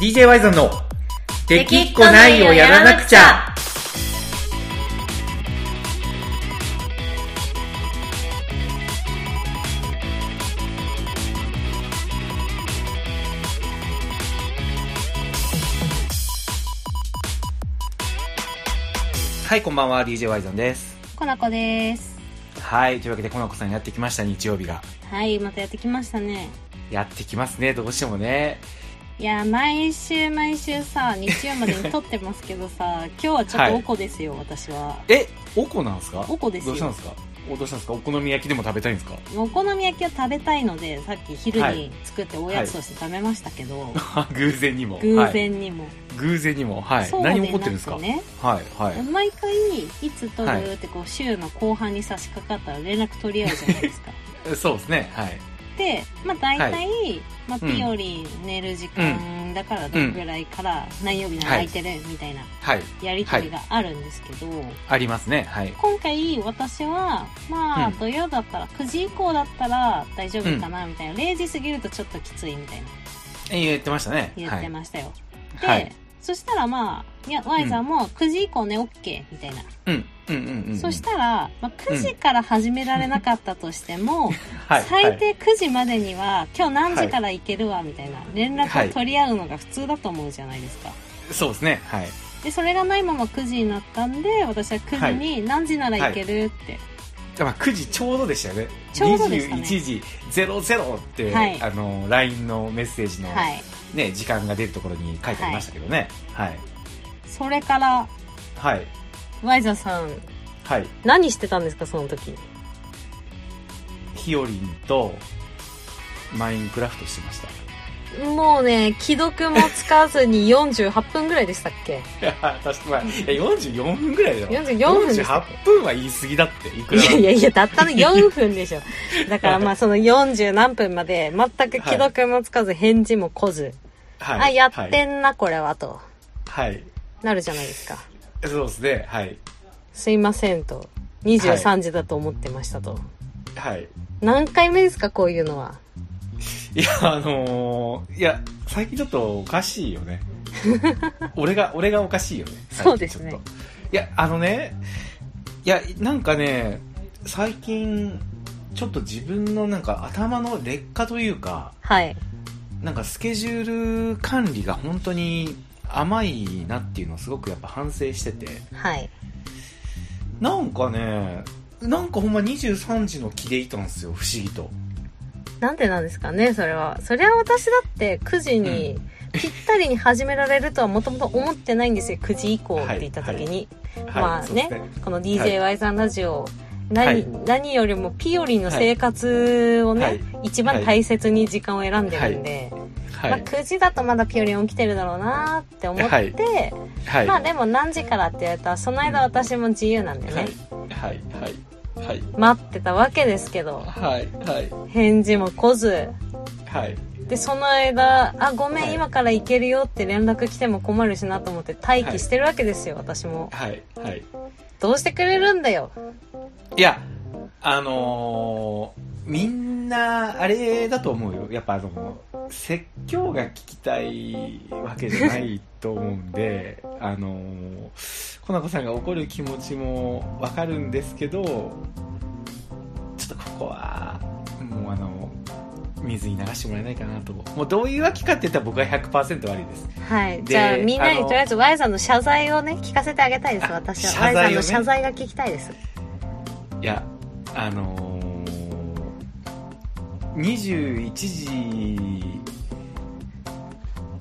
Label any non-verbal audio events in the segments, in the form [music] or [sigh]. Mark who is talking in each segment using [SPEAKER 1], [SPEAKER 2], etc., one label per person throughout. [SPEAKER 1] DJ ワイゾンの「できっこないをやらなくちゃ」はいこんばんは DJ ワイゾンです
[SPEAKER 2] コナコです
[SPEAKER 1] はいというわけでこの子さんやってきました日曜日が
[SPEAKER 2] はいまたやってきましたね
[SPEAKER 1] やってきますねどうしてもね
[SPEAKER 2] いや毎週毎週
[SPEAKER 1] [laughs]
[SPEAKER 2] さ日曜までに撮ってますけどさ今日はちょっ
[SPEAKER 1] はい
[SPEAKER 2] とおこですよ、私は
[SPEAKER 1] えおこなんですか
[SPEAKER 2] おこです
[SPEAKER 1] どうしたん
[SPEAKER 2] よ
[SPEAKER 1] ですかおどうしたんですかお好み焼きでも食べたいんですか
[SPEAKER 2] お好み焼きを食べたいのでさっき昼
[SPEAKER 1] はい
[SPEAKER 2] に作っておやつとして食べましたけど、
[SPEAKER 1] あ [laughs] 偶然にも
[SPEAKER 2] 偶
[SPEAKER 1] はい、
[SPEAKER 2] 然にも、
[SPEAKER 1] 偶然にもはい
[SPEAKER 2] そうで
[SPEAKER 1] 何
[SPEAKER 2] な
[SPEAKER 1] 起こってるんですか、
[SPEAKER 2] くね
[SPEAKER 1] はいはい
[SPEAKER 2] 毎回いつ撮
[SPEAKER 1] はい
[SPEAKER 2] るってこう週の後半に差し掛かったら連絡取り合うじゃないですか
[SPEAKER 1] えそうですねはい
[SPEAKER 2] でまあ大体、
[SPEAKER 1] は
[SPEAKER 2] まあ、
[SPEAKER 1] うん
[SPEAKER 2] ピオリン寝る時間だからどれぐらいから何曜日に空いてるみたいな
[SPEAKER 1] はい
[SPEAKER 2] やり取りがあるんですけど、
[SPEAKER 1] ありますねはい
[SPEAKER 2] 今回私はまあ、
[SPEAKER 1] うん
[SPEAKER 2] 土曜だったら9時以降だったら大丈夫かなみたいな、0時過ぎるとちょっときついみたいな
[SPEAKER 1] え言ってましたね
[SPEAKER 2] 言ってましたよ、で、
[SPEAKER 1] はい、はい、
[SPEAKER 2] そしたらまあいやワイザーも9時以降ね OK みたいな、
[SPEAKER 1] うんうんうんうん
[SPEAKER 2] そしたら、まあ、9時から始められなかったとしても、
[SPEAKER 1] [laughs] はい
[SPEAKER 2] 最低9時までには今日何時から行けるわみたいな連絡を取り合うのが普通だと思うじゃないですか
[SPEAKER 1] そうですねはい
[SPEAKER 2] でそれがないまま9時になったんで私は9時に何時なら行けるって、
[SPEAKER 1] じゃあまあ9時ちょうどでしたよね
[SPEAKER 2] ちょうどでしたね
[SPEAKER 1] 21時00って、
[SPEAKER 2] はい
[SPEAKER 1] あの LINE のメッセージの、
[SPEAKER 2] はい
[SPEAKER 1] ね、時間が出るところに書いてありましたけどねはい
[SPEAKER 2] それから
[SPEAKER 1] はい
[SPEAKER 2] ワイザーさん
[SPEAKER 1] はい
[SPEAKER 2] 何してたんですかその時
[SPEAKER 1] ひよりんとマインクラフトしてました
[SPEAKER 2] もうね既読もつかずに48分ぐらいでしたっけ
[SPEAKER 1] いや確かに、まあ、いや44分ぐらいだろ
[SPEAKER 2] 44分でした
[SPEAKER 1] 48分は言い過ぎだっていく
[SPEAKER 2] い
[SPEAKER 1] ら
[SPEAKER 2] やいやいやた [laughs] ったの4分でしょだからまあその40何分まで全く既読もつかず返事も来ず、
[SPEAKER 1] はい、
[SPEAKER 2] あやっ
[SPEAKER 1] はい
[SPEAKER 2] てんなこれはと
[SPEAKER 1] はい
[SPEAKER 2] なるじゃないですか
[SPEAKER 1] そうですねはい
[SPEAKER 2] すいませんと23時だと思ってましたと、
[SPEAKER 1] はい
[SPEAKER 2] 何回目ですかこういうのはい
[SPEAKER 1] やあのーいや最近ちょっとおかしいよ
[SPEAKER 2] [laughs]
[SPEAKER 1] ね俺が俺がおかしいよね最近
[SPEAKER 2] そうですね
[SPEAKER 1] ちょっといやあのねいやなんかね最近ちょっと自分のなんか頭の劣化というか
[SPEAKER 2] はい
[SPEAKER 1] なんかスケジュール管理が本当に甘いなっていうのをすごくやっぱ反省してて
[SPEAKER 2] はい
[SPEAKER 1] なんかねなんかほんま23時の気でいたんですよ不思議と
[SPEAKER 2] なんでなんですかねそれはそりゃ私だって9時にぴったりに始められるとはもともと思ってないんですよ9時以降って言った時に、まあね
[SPEAKER 1] そうです
[SPEAKER 2] この
[SPEAKER 1] はい
[SPEAKER 2] DJY さんラジオ、何
[SPEAKER 1] は
[SPEAKER 2] 何よりもピオリンの生活をね、
[SPEAKER 1] はい
[SPEAKER 2] 一番大切に時間を選んでるんで、
[SPEAKER 1] はい、
[SPEAKER 2] まあ、9時だとまだピオリン起きてるだろうなって思って、
[SPEAKER 1] はいはい
[SPEAKER 2] まあでも何時からって言われたらその間私も自由なんでね、
[SPEAKER 1] はいはいはい
[SPEAKER 2] 待ってたわけですけど
[SPEAKER 1] はいはい
[SPEAKER 2] 返事も来ず
[SPEAKER 1] はい
[SPEAKER 2] でその間「あごめん、
[SPEAKER 1] はい
[SPEAKER 2] 今から行けるよ」って連絡来ても困るしなと思って待機してるわけですよ、私も
[SPEAKER 1] はいはい
[SPEAKER 2] どうしてくれるんだよ
[SPEAKER 1] いやあのーみんなあれだと思うよやっぱあの説教が聞きたいわけじゃないと思うんで [laughs] あのー、コナコさんが怒る気持ちもわかるんですけどちょっとここはもうあの水に流してもらえないかなともうどういうわけかって言ったら僕は100%悪いです
[SPEAKER 2] はい
[SPEAKER 1] で
[SPEAKER 2] じゃあみんな
[SPEAKER 1] あ
[SPEAKER 2] に
[SPEAKER 1] の
[SPEAKER 2] とりあえず Y さんの謝罪をね聞かせてあげたいです
[SPEAKER 1] あ
[SPEAKER 2] 私は
[SPEAKER 1] 謝罪
[SPEAKER 2] Y
[SPEAKER 1] をね
[SPEAKER 2] さんの謝罪が聞きたいです
[SPEAKER 1] いやあのー、21時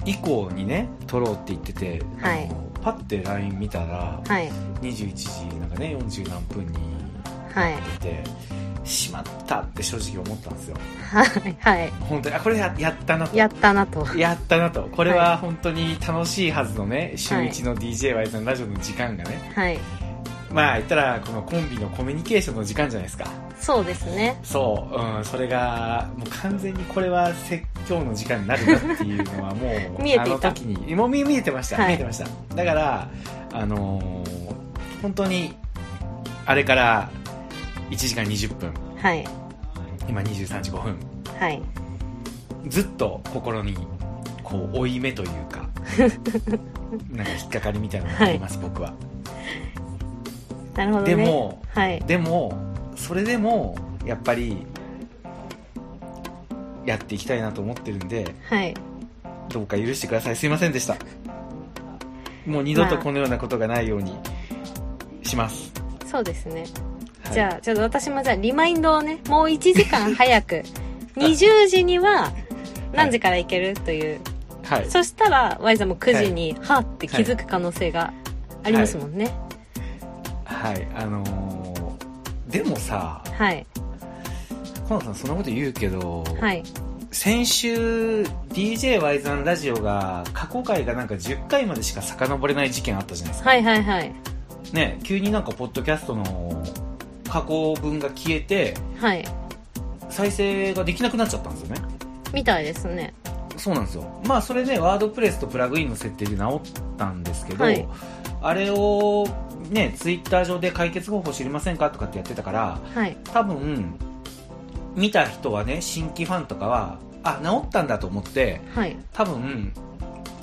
[SPEAKER 1] 以降にね撮ろうって言ってて、
[SPEAKER 2] はい
[SPEAKER 1] あのパッて LINE 見たら
[SPEAKER 2] はい
[SPEAKER 1] 21時なんかね40何分に
[SPEAKER 2] はい
[SPEAKER 1] 出てしまったって正直思ったんですよ
[SPEAKER 2] はいはい
[SPEAKER 1] 本当にあこれややったなと
[SPEAKER 2] やったなと
[SPEAKER 1] やったなとこれ
[SPEAKER 2] は
[SPEAKER 1] は本当に楽しいはずのね週1の DJY さんラジオの時間がね
[SPEAKER 2] はい
[SPEAKER 1] まあ言ったらこのコンビのコミュニケーションの時間じゃないですか
[SPEAKER 2] そうですね
[SPEAKER 1] そう、うん、それが、もう完全にこれは説教の時間になるなっていうのはもう、
[SPEAKER 2] [laughs] 見えていた
[SPEAKER 1] あの時に、もう見見えてました、
[SPEAKER 2] はい
[SPEAKER 1] 見えてました。だから、あのー本当に、あれから1時間20分、
[SPEAKER 2] はい
[SPEAKER 1] 今23時5分、
[SPEAKER 2] はい
[SPEAKER 1] ずっと心に、こう負い目という
[SPEAKER 2] [laughs]
[SPEAKER 1] かなんか引っかかりみたいなのがあります、僕は
[SPEAKER 2] なるほどね
[SPEAKER 1] でも
[SPEAKER 2] はい
[SPEAKER 1] でもそれでもやっぱりやっていきたいなと思ってるんで
[SPEAKER 2] はい
[SPEAKER 1] どうか許してくださいすいませんでしたもう二度とこのようなことがないようにします、
[SPEAKER 2] そうですね
[SPEAKER 1] はい
[SPEAKER 2] じゃあ、ちょっと私もじゃあ、リマインドをね、もう1時間早 [laughs] く、20時には何時から行けるという。
[SPEAKER 1] はい
[SPEAKER 2] そしたら、ワイザも9時に、はって気づく可能性がありますもんね。
[SPEAKER 1] はいあのーでもさ
[SPEAKER 2] はい。
[SPEAKER 1] 河野さんそんなこと言うけど、
[SPEAKER 2] はい。
[SPEAKER 1] 先週 d j y ザンラジオが過去回がなんか10回までしか遡れない事件あったじゃないですか、
[SPEAKER 2] はいはいはい。
[SPEAKER 1] ね急になんかポッドキャストの過去分が消えて
[SPEAKER 2] はい。
[SPEAKER 1] 再生ができなくなっちゃったんですよね
[SPEAKER 2] みたいですね。
[SPEAKER 1] そうなんですよまあそれでワードプレスとプラグインの設定で直ったんですけど、
[SPEAKER 2] はい
[SPEAKER 1] あれをねツイッター上で解決方法知りませんかとかってやってたから
[SPEAKER 2] はい。
[SPEAKER 1] 多分見た人はね新規ファンとかはあ直ったんだと思って
[SPEAKER 2] はい。
[SPEAKER 1] 多分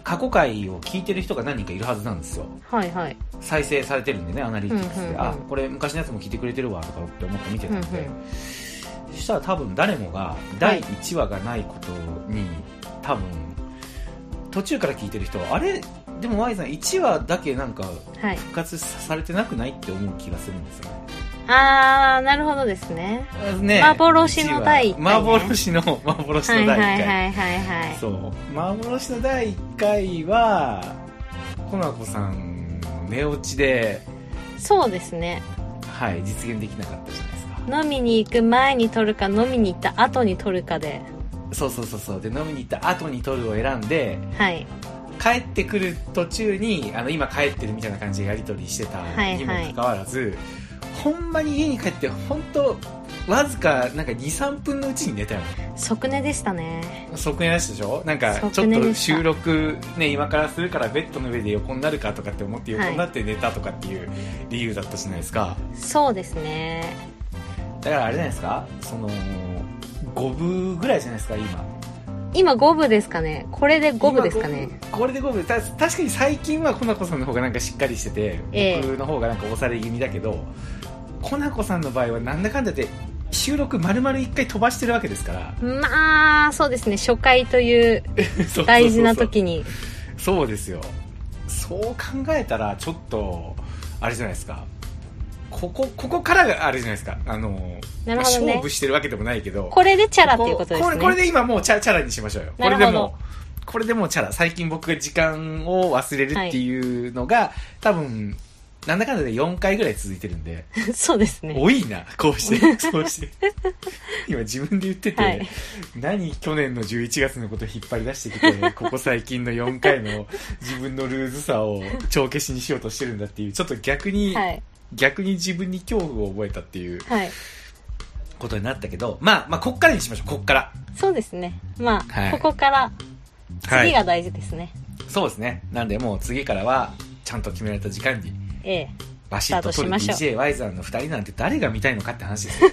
[SPEAKER 1] 過去回を聞いてる人が何人かいるはずなんですよ
[SPEAKER 2] はいはい。
[SPEAKER 1] 再生されてるんでねアナリティクスで、
[SPEAKER 2] うんうんうん
[SPEAKER 1] あこれ昔のやつも聞いてくれてるわとかって思って見て
[SPEAKER 2] うん
[SPEAKER 1] た
[SPEAKER 2] うんん
[SPEAKER 1] で、そしたら多分誰もが第1話がないことに、多分途中から聞いてる人はあれでも Y さん1話だけなんか
[SPEAKER 2] はい。
[SPEAKER 1] 復活されてなくないって思う気がするんですよ
[SPEAKER 2] あー、なるほどですね。
[SPEAKER 1] ねね
[SPEAKER 2] 幻の第一回ね
[SPEAKER 1] 一話幻の幻
[SPEAKER 2] は
[SPEAKER 1] の第1
[SPEAKER 2] いはい
[SPEAKER 1] 回、
[SPEAKER 2] はいはいはい。
[SPEAKER 1] そう幻の第1回はコナコさんの寝落ちで、
[SPEAKER 2] そうですね。
[SPEAKER 1] はい、実現できなかったじゃないですか
[SPEAKER 2] 飲みに行く前に撮るか、飲みに行った後に撮るかで。
[SPEAKER 1] そうそうそうそうで飲みに行った後に撮るを選んで
[SPEAKER 2] はい。
[SPEAKER 1] 帰ってくる途中にあの今帰ってるみたいな感じでやり取りしてた
[SPEAKER 2] はい
[SPEAKER 1] にもかかわらず、ほんまに家に帰って本当わずかなんか23分のうちに寝たよ
[SPEAKER 2] 即寝でしたね。
[SPEAKER 1] 即寝だしたでしょなんかちょ
[SPEAKER 2] 即
[SPEAKER 1] っ
[SPEAKER 2] 寝で
[SPEAKER 1] と
[SPEAKER 2] した
[SPEAKER 1] 収録、ね、今からするからベッドの上で横になるかとかって思って横になって寝たとかっていう理由だったじゃないですか、
[SPEAKER 2] そうですね。
[SPEAKER 1] だからあれじゃないですかその五分ぐらいじゃないですか今
[SPEAKER 2] 今5部ですかねこれで5部ですかね
[SPEAKER 1] 今五分これで五分た確かに最近はコナコさんの方がなんかしっかりしてて、
[SPEAKER 2] ええ
[SPEAKER 1] 僕の方がなんか押され気味だけどコナコさんの場合はなんだかんだで収録丸々一回飛ばしてるわけですから [laughs]
[SPEAKER 2] まあそうですね初回という
[SPEAKER 1] そうそうそうそう
[SPEAKER 2] 大事な時に
[SPEAKER 1] そうですよそう考えたらちょっとあれじゃないですかここここからがあれじゃないですかあの、
[SPEAKER 2] な
[SPEAKER 1] ま
[SPEAKER 2] る
[SPEAKER 1] あ
[SPEAKER 2] ほどね
[SPEAKER 1] 勝負してるわけでもないけど
[SPEAKER 2] これでチャラっていうことです
[SPEAKER 1] こ
[SPEAKER 2] ね
[SPEAKER 1] れこれで今もうチャチャラにしましょうよこ
[SPEAKER 2] なる
[SPEAKER 1] れ
[SPEAKER 2] ほど
[SPEAKER 1] でもうこれでもうチャラ最近僕が時間を忘れるっていうのが、多分なんだかんだで4回ぐらい続いてるんで
[SPEAKER 2] そうですね
[SPEAKER 1] 多いなこうして
[SPEAKER 2] [laughs]
[SPEAKER 1] そうして今自分で言ってて、
[SPEAKER 2] はい
[SPEAKER 1] 何去年の11月のこと引っ張り出してき
[SPEAKER 2] [laughs]
[SPEAKER 1] てここ最近の4回の自分のルーズさを帳消しにしようとしてるんだっていうちょっと逆に、
[SPEAKER 2] はい
[SPEAKER 1] 逆に自分に恐怖を覚えたっていう
[SPEAKER 2] はい
[SPEAKER 1] ことになったけどまあまあこっからにしましょうこっから
[SPEAKER 2] そうですねまあ、
[SPEAKER 1] はい
[SPEAKER 2] ここから次が大事ですね、
[SPEAKER 1] そうですね。なんでもう次からは、ちゃんと決められた時間に、
[SPEAKER 2] ええ
[SPEAKER 1] バシッと撮る
[SPEAKER 2] スタート
[SPEAKER 1] DJ ワイザーの2人なんて誰が見たいのかって話
[SPEAKER 2] [laughs]
[SPEAKER 1] ですよ。
[SPEAKER 2] い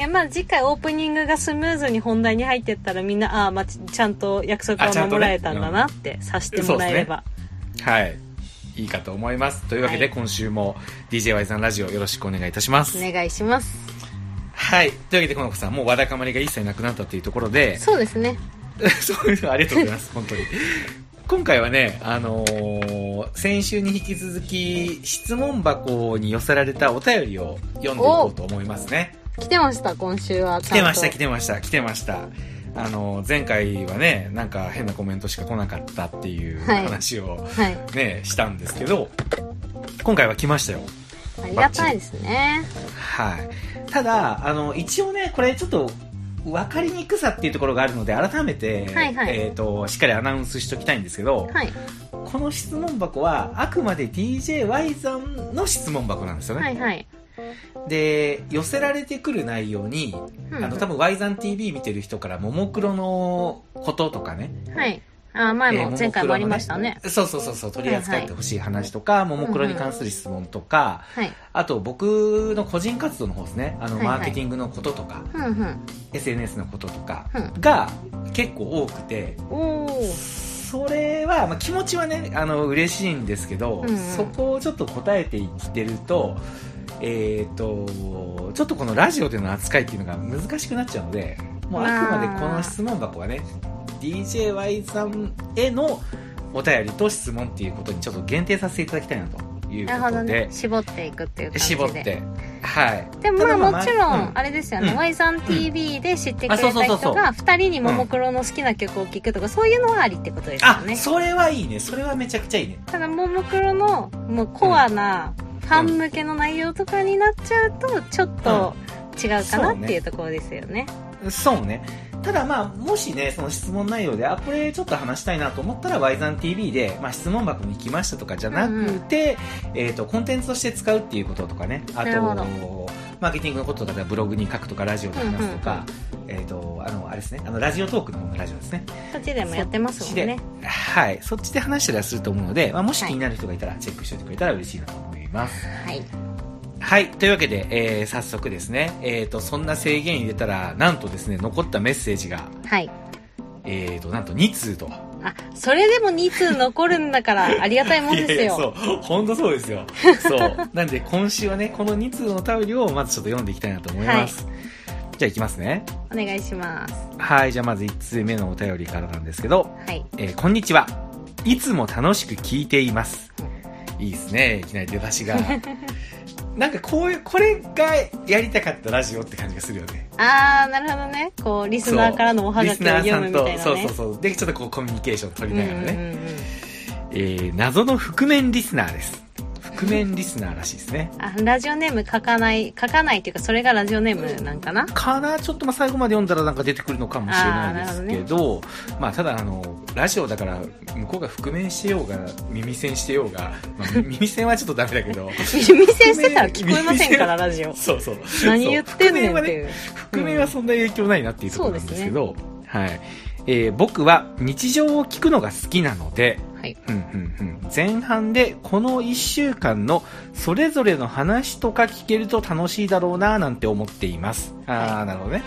[SPEAKER 2] やまあ次回オープニングがスムーズに本題に入ってったらみんなああ、まあ、ちちゃんと約束
[SPEAKER 1] あちゃ
[SPEAKER 2] は
[SPEAKER 1] んと
[SPEAKER 2] 守
[SPEAKER 1] ね
[SPEAKER 2] られたんだなってさしてもらえれば、
[SPEAKER 1] はい。いいかと思います。というわけで、
[SPEAKER 2] はい
[SPEAKER 1] 今週も DJ ワイザーのラジオよろしくお願いいたします。
[SPEAKER 2] お願いします
[SPEAKER 1] はい。というわけで、この子さん、もうわだかまりが一切なくなったというところで、 [laughs]
[SPEAKER 2] そうですね
[SPEAKER 1] そういうのありがとうござい
[SPEAKER 2] [laughs]
[SPEAKER 1] ます、本当に。今回はね、あのー先週に引き続き、質問箱に寄せられたお便りを読んでいこうと思いますね。
[SPEAKER 2] 来てました今週はちゃんと
[SPEAKER 1] 来てました来てました来てましたあの前回はねなんか変なコメントしか来なかったっていう
[SPEAKER 2] はい
[SPEAKER 1] 話を
[SPEAKER 2] はい
[SPEAKER 1] ね、したんですけど今回は来ましたよ
[SPEAKER 2] ありがたいですね
[SPEAKER 1] はいただあの一応ねこれちょっと分かりにくさっていうところがあるので改めて、
[SPEAKER 2] はいはい
[SPEAKER 1] えー、としっかりアナウンスしておきたいんですけど、
[SPEAKER 2] はい
[SPEAKER 1] この質問箱はあくまで DJY さんの質問箱なんですよね、
[SPEAKER 2] はいはい、
[SPEAKER 1] で寄せられてくる内容に
[SPEAKER 2] うん
[SPEAKER 1] あの多分 Y ザン TV 見てる人からももクロのこととかね
[SPEAKER 2] はいあー前
[SPEAKER 1] えー
[SPEAKER 2] も前回もありましたね。
[SPEAKER 1] そうそうそうそう、取り扱ってほしい話とか、ももクロに関する質問とか、
[SPEAKER 2] はい。
[SPEAKER 1] あと僕の個人活動の方ですね、あの、
[SPEAKER 2] はいはい
[SPEAKER 1] マーケティングのこととか、
[SPEAKER 2] ふんふん。
[SPEAKER 1] SNS のこととか
[SPEAKER 2] うん
[SPEAKER 1] が結構多くて、
[SPEAKER 2] おお。
[SPEAKER 1] それは、まあ、気持ちはね、あの、嬉しいんですけど、
[SPEAKER 2] うんうん
[SPEAKER 1] そこをちょっと答えていってると、えっ、と、ちょっとこのラジオでの扱いっていうのが難しくなっちゃうので、もうあくまでこの質問箱はね、DJY さんへのお便りと質問っていうことにちょっと限定させていただきたいなという
[SPEAKER 2] なるほ
[SPEAKER 1] こ
[SPEAKER 2] ど
[SPEAKER 1] とで
[SPEAKER 2] ね。、絞っていくっていう感じで。
[SPEAKER 1] 絞って。はい。
[SPEAKER 2] でも
[SPEAKER 1] ただ
[SPEAKER 2] ま
[SPEAKER 1] まあ
[SPEAKER 2] あもちろ
[SPEAKER 1] まあうん
[SPEAKER 2] んあれですよね、
[SPEAKER 1] うん
[SPEAKER 2] Y さん TV で知ってく
[SPEAKER 1] あ
[SPEAKER 2] れ
[SPEAKER 1] そうそうそ
[SPEAKER 2] た
[SPEAKER 1] うそ
[SPEAKER 2] 人
[SPEAKER 1] う
[SPEAKER 2] が2人にももクロの好きな曲を聴くとかそういうのはありってことですよ
[SPEAKER 1] あ、
[SPEAKER 2] ね
[SPEAKER 1] それはいいね。それはめちゃくちゃいいね。
[SPEAKER 2] ただももクロのもうコアなファン向けの内容とかになっちゃうとちょっと違うかなっていうところですよね
[SPEAKER 1] そうね。ただまあ、もしね、その質問内容で、あ、これちょっと話したいなと思ったら、y イザン TV で、まあ質問箱に行きましたとかじゃなくて、えっ、と、コンテンツとして使うっていうこととかね、あ
[SPEAKER 2] なるほど
[SPEAKER 1] と、マーケティングのこととか、ブログに書くとか、ラジオで話すとか、えっ、と、あの、あれですね、あの、ラジオトークの方のラジオですね。
[SPEAKER 2] そっちでもやってますもんね
[SPEAKER 1] はい。そっちで話したりはすると思うので、まあもし気になる人がいたら、チェックしておいてくれたら嬉しいなと思います。
[SPEAKER 2] はい
[SPEAKER 1] はい。というわけで、えー、早速ですね、えっ、と、そんな制限入れたら、なんとですね、残ったメッセージが、
[SPEAKER 2] はい
[SPEAKER 1] えー、と、なんと2通と。
[SPEAKER 2] あそれでも2通残るんだからありがたいもんですよ
[SPEAKER 1] そう。本当そうですよ。そう。なんで、今週はね、この2通のタオルをまずちょっと読んでいきたいなと思います。じゃあ、いきますね。
[SPEAKER 2] お願いします
[SPEAKER 1] はい。じゃあ、まず1通目のお便りからなんですけど、
[SPEAKER 2] はい
[SPEAKER 1] えー、こんにちは。いつも楽しく聞いています。いいですね。いきなり出だしが。なんかこういう、これがやりたかったラジオって感じがするよね。
[SPEAKER 2] ああなるほどねこうリスナーからのおはがきを読むみたいなね
[SPEAKER 1] リスナーさんと、そうそうそう。で、ちょっとこうコミュニケーション取りながらね。
[SPEAKER 2] うんうんうんうん
[SPEAKER 1] えー謎の覆面リスナーです。覆面リスナーらしいですね。
[SPEAKER 2] あラジオネーム書かない書かないっていうかそれがラジオネームなんかな
[SPEAKER 1] かなちょっとまあ最後まで読んだらなんか出てくるのかもしれないですけど、まあただあの、ラジオだから向こうが覆面してようが、耳栓してようが、 [laughs] まあ、耳栓はちょっとダメだけ
[SPEAKER 2] [laughs]
[SPEAKER 1] ど、
[SPEAKER 2] 耳栓してたら聞こえませんからラジオ
[SPEAKER 1] そうそう。
[SPEAKER 2] 何言ってんねんって
[SPEAKER 1] う
[SPEAKER 2] いう
[SPEAKER 1] 覆面はそんな影響ないなっていうところなんですけど、はい。えー僕は日常を聞くのが好きなので、
[SPEAKER 2] はい
[SPEAKER 1] うんうんうん、前半でこの1週間のそれぞれの話とか聞けると楽しいだろうなぁなんて思っています。ああ、なるほどね。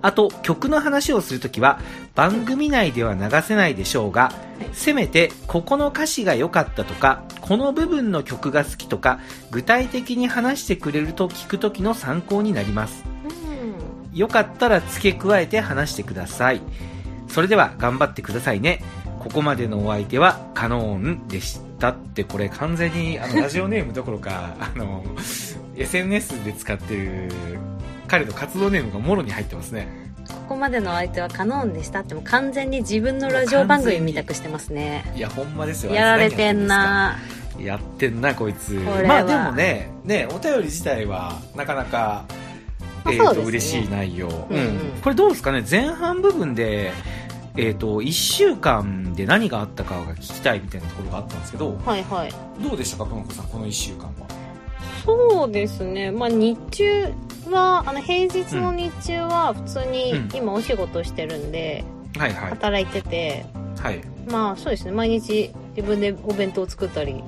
[SPEAKER 1] あと、曲の話をするときは番組内では流せないでしょうが、
[SPEAKER 2] い
[SPEAKER 1] せめてここの歌詞が良かったとか、この部分の曲が好きとか、具体的に話してくれると聞くときの参考になります。
[SPEAKER 2] うん
[SPEAKER 1] よかったら付け加えて話してください。それでは頑張ってくださいね。ここまでのお相手はカノーンでしたって、これ完全にあのラジオネームどころか、あの、SNS で使ってる彼の活動ネームがもろに入ってますね。
[SPEAKER 2] ここまでの相手はカノンでしたってもう完全に自分のラジオ番組みたくしてますね
[SPEAKER 1] いや、ほんまですよ。
[SPEAKER 2] やられてんな
[SPEAKER 1] やってんな、こいつ。
[SPEAKER 2] これは
[SPEAKER 1] まあでもね、ね、お便り自体はなかなか、
[SPEAKER 2] まあ
[SPEAKER 1] えー
[SPEAKER 2] そう
[SPEAKER 1] と、
[SPEAKER 2] ですね
[SPEAKER 1] 嬉しい内容。うん
[SPEAKER 2] うん
[SPEAKER 1] これどうですかね前半部分で、えっ、と、1週間で何があったかが聞きたいみたいなところがあったんですけど、
[SPEAKER 2] はいはい
[SPEAKER 1] どうでしたか、ともこさん、この1週間は。
[SPEAKER 2] そうですねまあ日中はあの平日の日中は普通に
[SPEAKER 1] うん
[SPEAKER 2] 今お仕事してるんで
[SPEAKER 1] はいはい。
[SPEAKER 2] 働いてて
[SPEAKER 1] はい。
[SPEAKER 2] まあそうですね毎日自分でお弁当を作ったり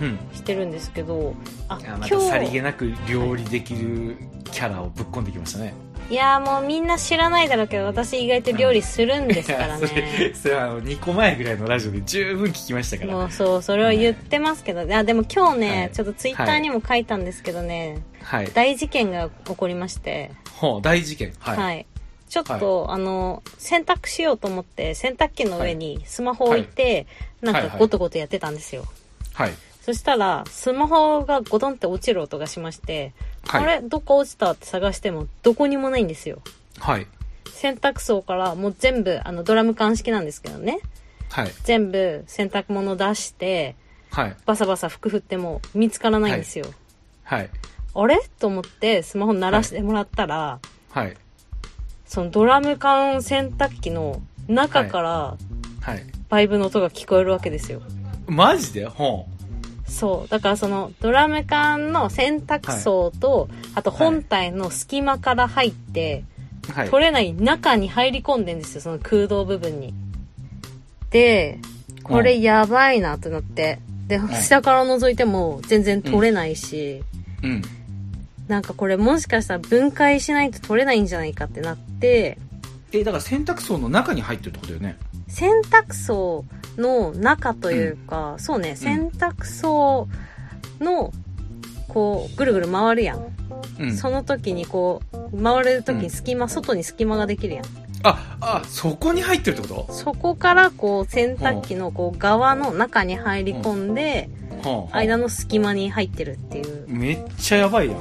[SPEAKER 1] うん。
[SPEAKER 2] してるんですけどあ
[SPEAKER 1] いやま
[SPEAKER 2] 今
[SPEAKER 1] た
[SPEAKER 2] 日
[SPEAKER 1] さりげなく料理できるキャラをぶっ込んできましたね。
[SPEAKER 2] いやーもうみんな知らないだろうけど私意外と料理するんですから
[SPEAKER 1] いや [laughs] それ
[SPEAKER 2] ね
[SPEAKER 1] それはあの2個前ぐらいのラジオで十分聞きましたから。
[SPEAKER 2] もうそうそれは言ってますけど、あでも今日ね、
[SPEAKER 1] はい
[SPEAKER 2] ちょっとツイッターにも書いたんですけどね、
[SPEAKER 1] はい。
[SPEAKER 2] 大事件が起こりまして
[SPEAKER 1] ほう、大事件。は。
[SPEAKER 2] はいい、ちょっと、あの洗濯しようと思って洗濯機の上にスマホ置いて、
[SPEAKER 1] い
[SPEAKER 2] なん
[SPEAKER 1] はいは
[SPEAKER 2] か
[SPEAKER 1] い
[SPEAKER 2] ゴトゴトやってたんですよ、
[SPEAKER 1] はい。
[SPEAKER 2] そしたらスマホがゴトンって落ちる音がしまして、
[SPEAKER 1] はい。
[SPEAKER 2] あれどっか落ちたって探してもどこにもないんですよ
[SPEAKER 1] はい。
[SPEAKER 2] 洗濯槽からもう全部あのドラム缶式なんですけどね
[SPEAKER 1] はい。
[SPEAKER 2] 全部洗濯物出して
[SPEAKER 1] はい。
[SPEAKER 2] バサバサ服振っても見つからないんですよ、
[SPEAKER 1] はい。
[SPEAKER 2] あれと思ってスマホ鳴らしてもらったら、
[SPEAKER 1] はい。
[SPEAKER 2] そのドラム缶洗濯機の中から
[SPEAKER 1] はい。
[SPEAKER 2] バイブの音が聞こえるわけですよ
[SPEAKER 1] マジでほ
[SPEAKER 2] そうだからそのドラム缶の洗濯槽と、あと本体の隙間から入って、
[SPEAKER 1] う。はい。
[SPEAKER 2] 取れない中に入り込んでんですよその空洞部分にて、これやばいなってなって、で、下から覗いても全然取れないし、
[SPEAKER 1] うん。
[SPEAKER 2] なんかこれもしかしたら分解しないと取れないんじゃないかってなって、
[SPEAKER 1] え、だから洗濯槽の中に入ってるってことだよね。
[SPEAKER 2] 洗濯槽の中というか、そうね、洗濯槽の、こう、ぐるぐる回るやん。
[SPEAKER 1] うん。
[SPEAKER 2] その時にこう、回れる時に隙間、外に隙間ができるやん。
[SPEAKER 1] あ、あ、そこに入ってるってこ
[SPEAKER 2] そこからこう、洗濯機のこう、側の中に入り込んで、
[SPEAKER 1] とはあ、
[SPEAKER 2] 間の隙間に入ってるっていう。
[SPEAKER 1] めっちゃやばいやん。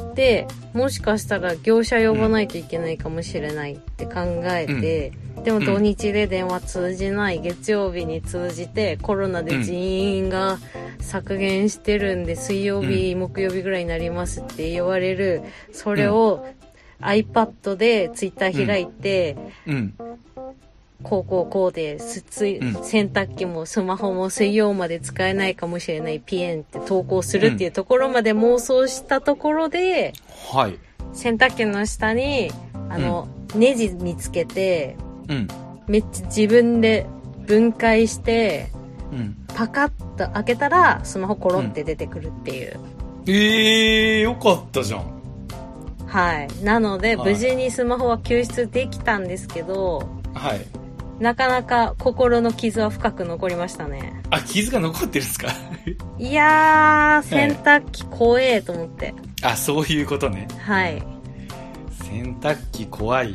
[SPEAKER 1] うん。
[SPEAKER 2] でもしかしたら業者呼ばないといけないかもしれないって考えて、でも土日で電話通じない月曜日に通じてコロナで人員が削減してるんで水曜日、木曜日ぐらいになりますって言われるそれを iPad で Twitter 開いて、
[SPEAKER 1] うん。
[SPEAKER 2] こうこうこうですつい
[SPEAKER 1] うん
[SPEAKER 2] 洗濯機もスマホも水曜まで使えないかもしれないピエンって投稿するっていうところまで妄想したところで、
[SPEAKER 1] はい。
[SPEAKER 2] 洗濯機の下にあの、ネジ見つけて
[SPEAKER 1] うん。
[SPEAKER 2] めっちゃ自分で分解して
[SPEAKER 1] うん。
[SPEAKER 2] パカッと開けたらスマホコロって出てくるっていう、
[SPEAKER 1] ええー、よかったじゃん。
[SPEAKER 2] はいなので
[SPEAKER 1] はい
[SPEAKER 2] 無事にスマホは救出できたんですけど、
[SPEAKER 1] はい。
[SPEAKER 2] なかなか心の傷は深く残りましたね
[SPEAKER 1] あ、傷が残ってるんですか
[SPEAKER 2] いやー洗濯機怖えと思って
[SPEAKER 1] あ、そういうことね。
[SPEAKER 2] はい
[SPEAKER 1] 洗濯機怖い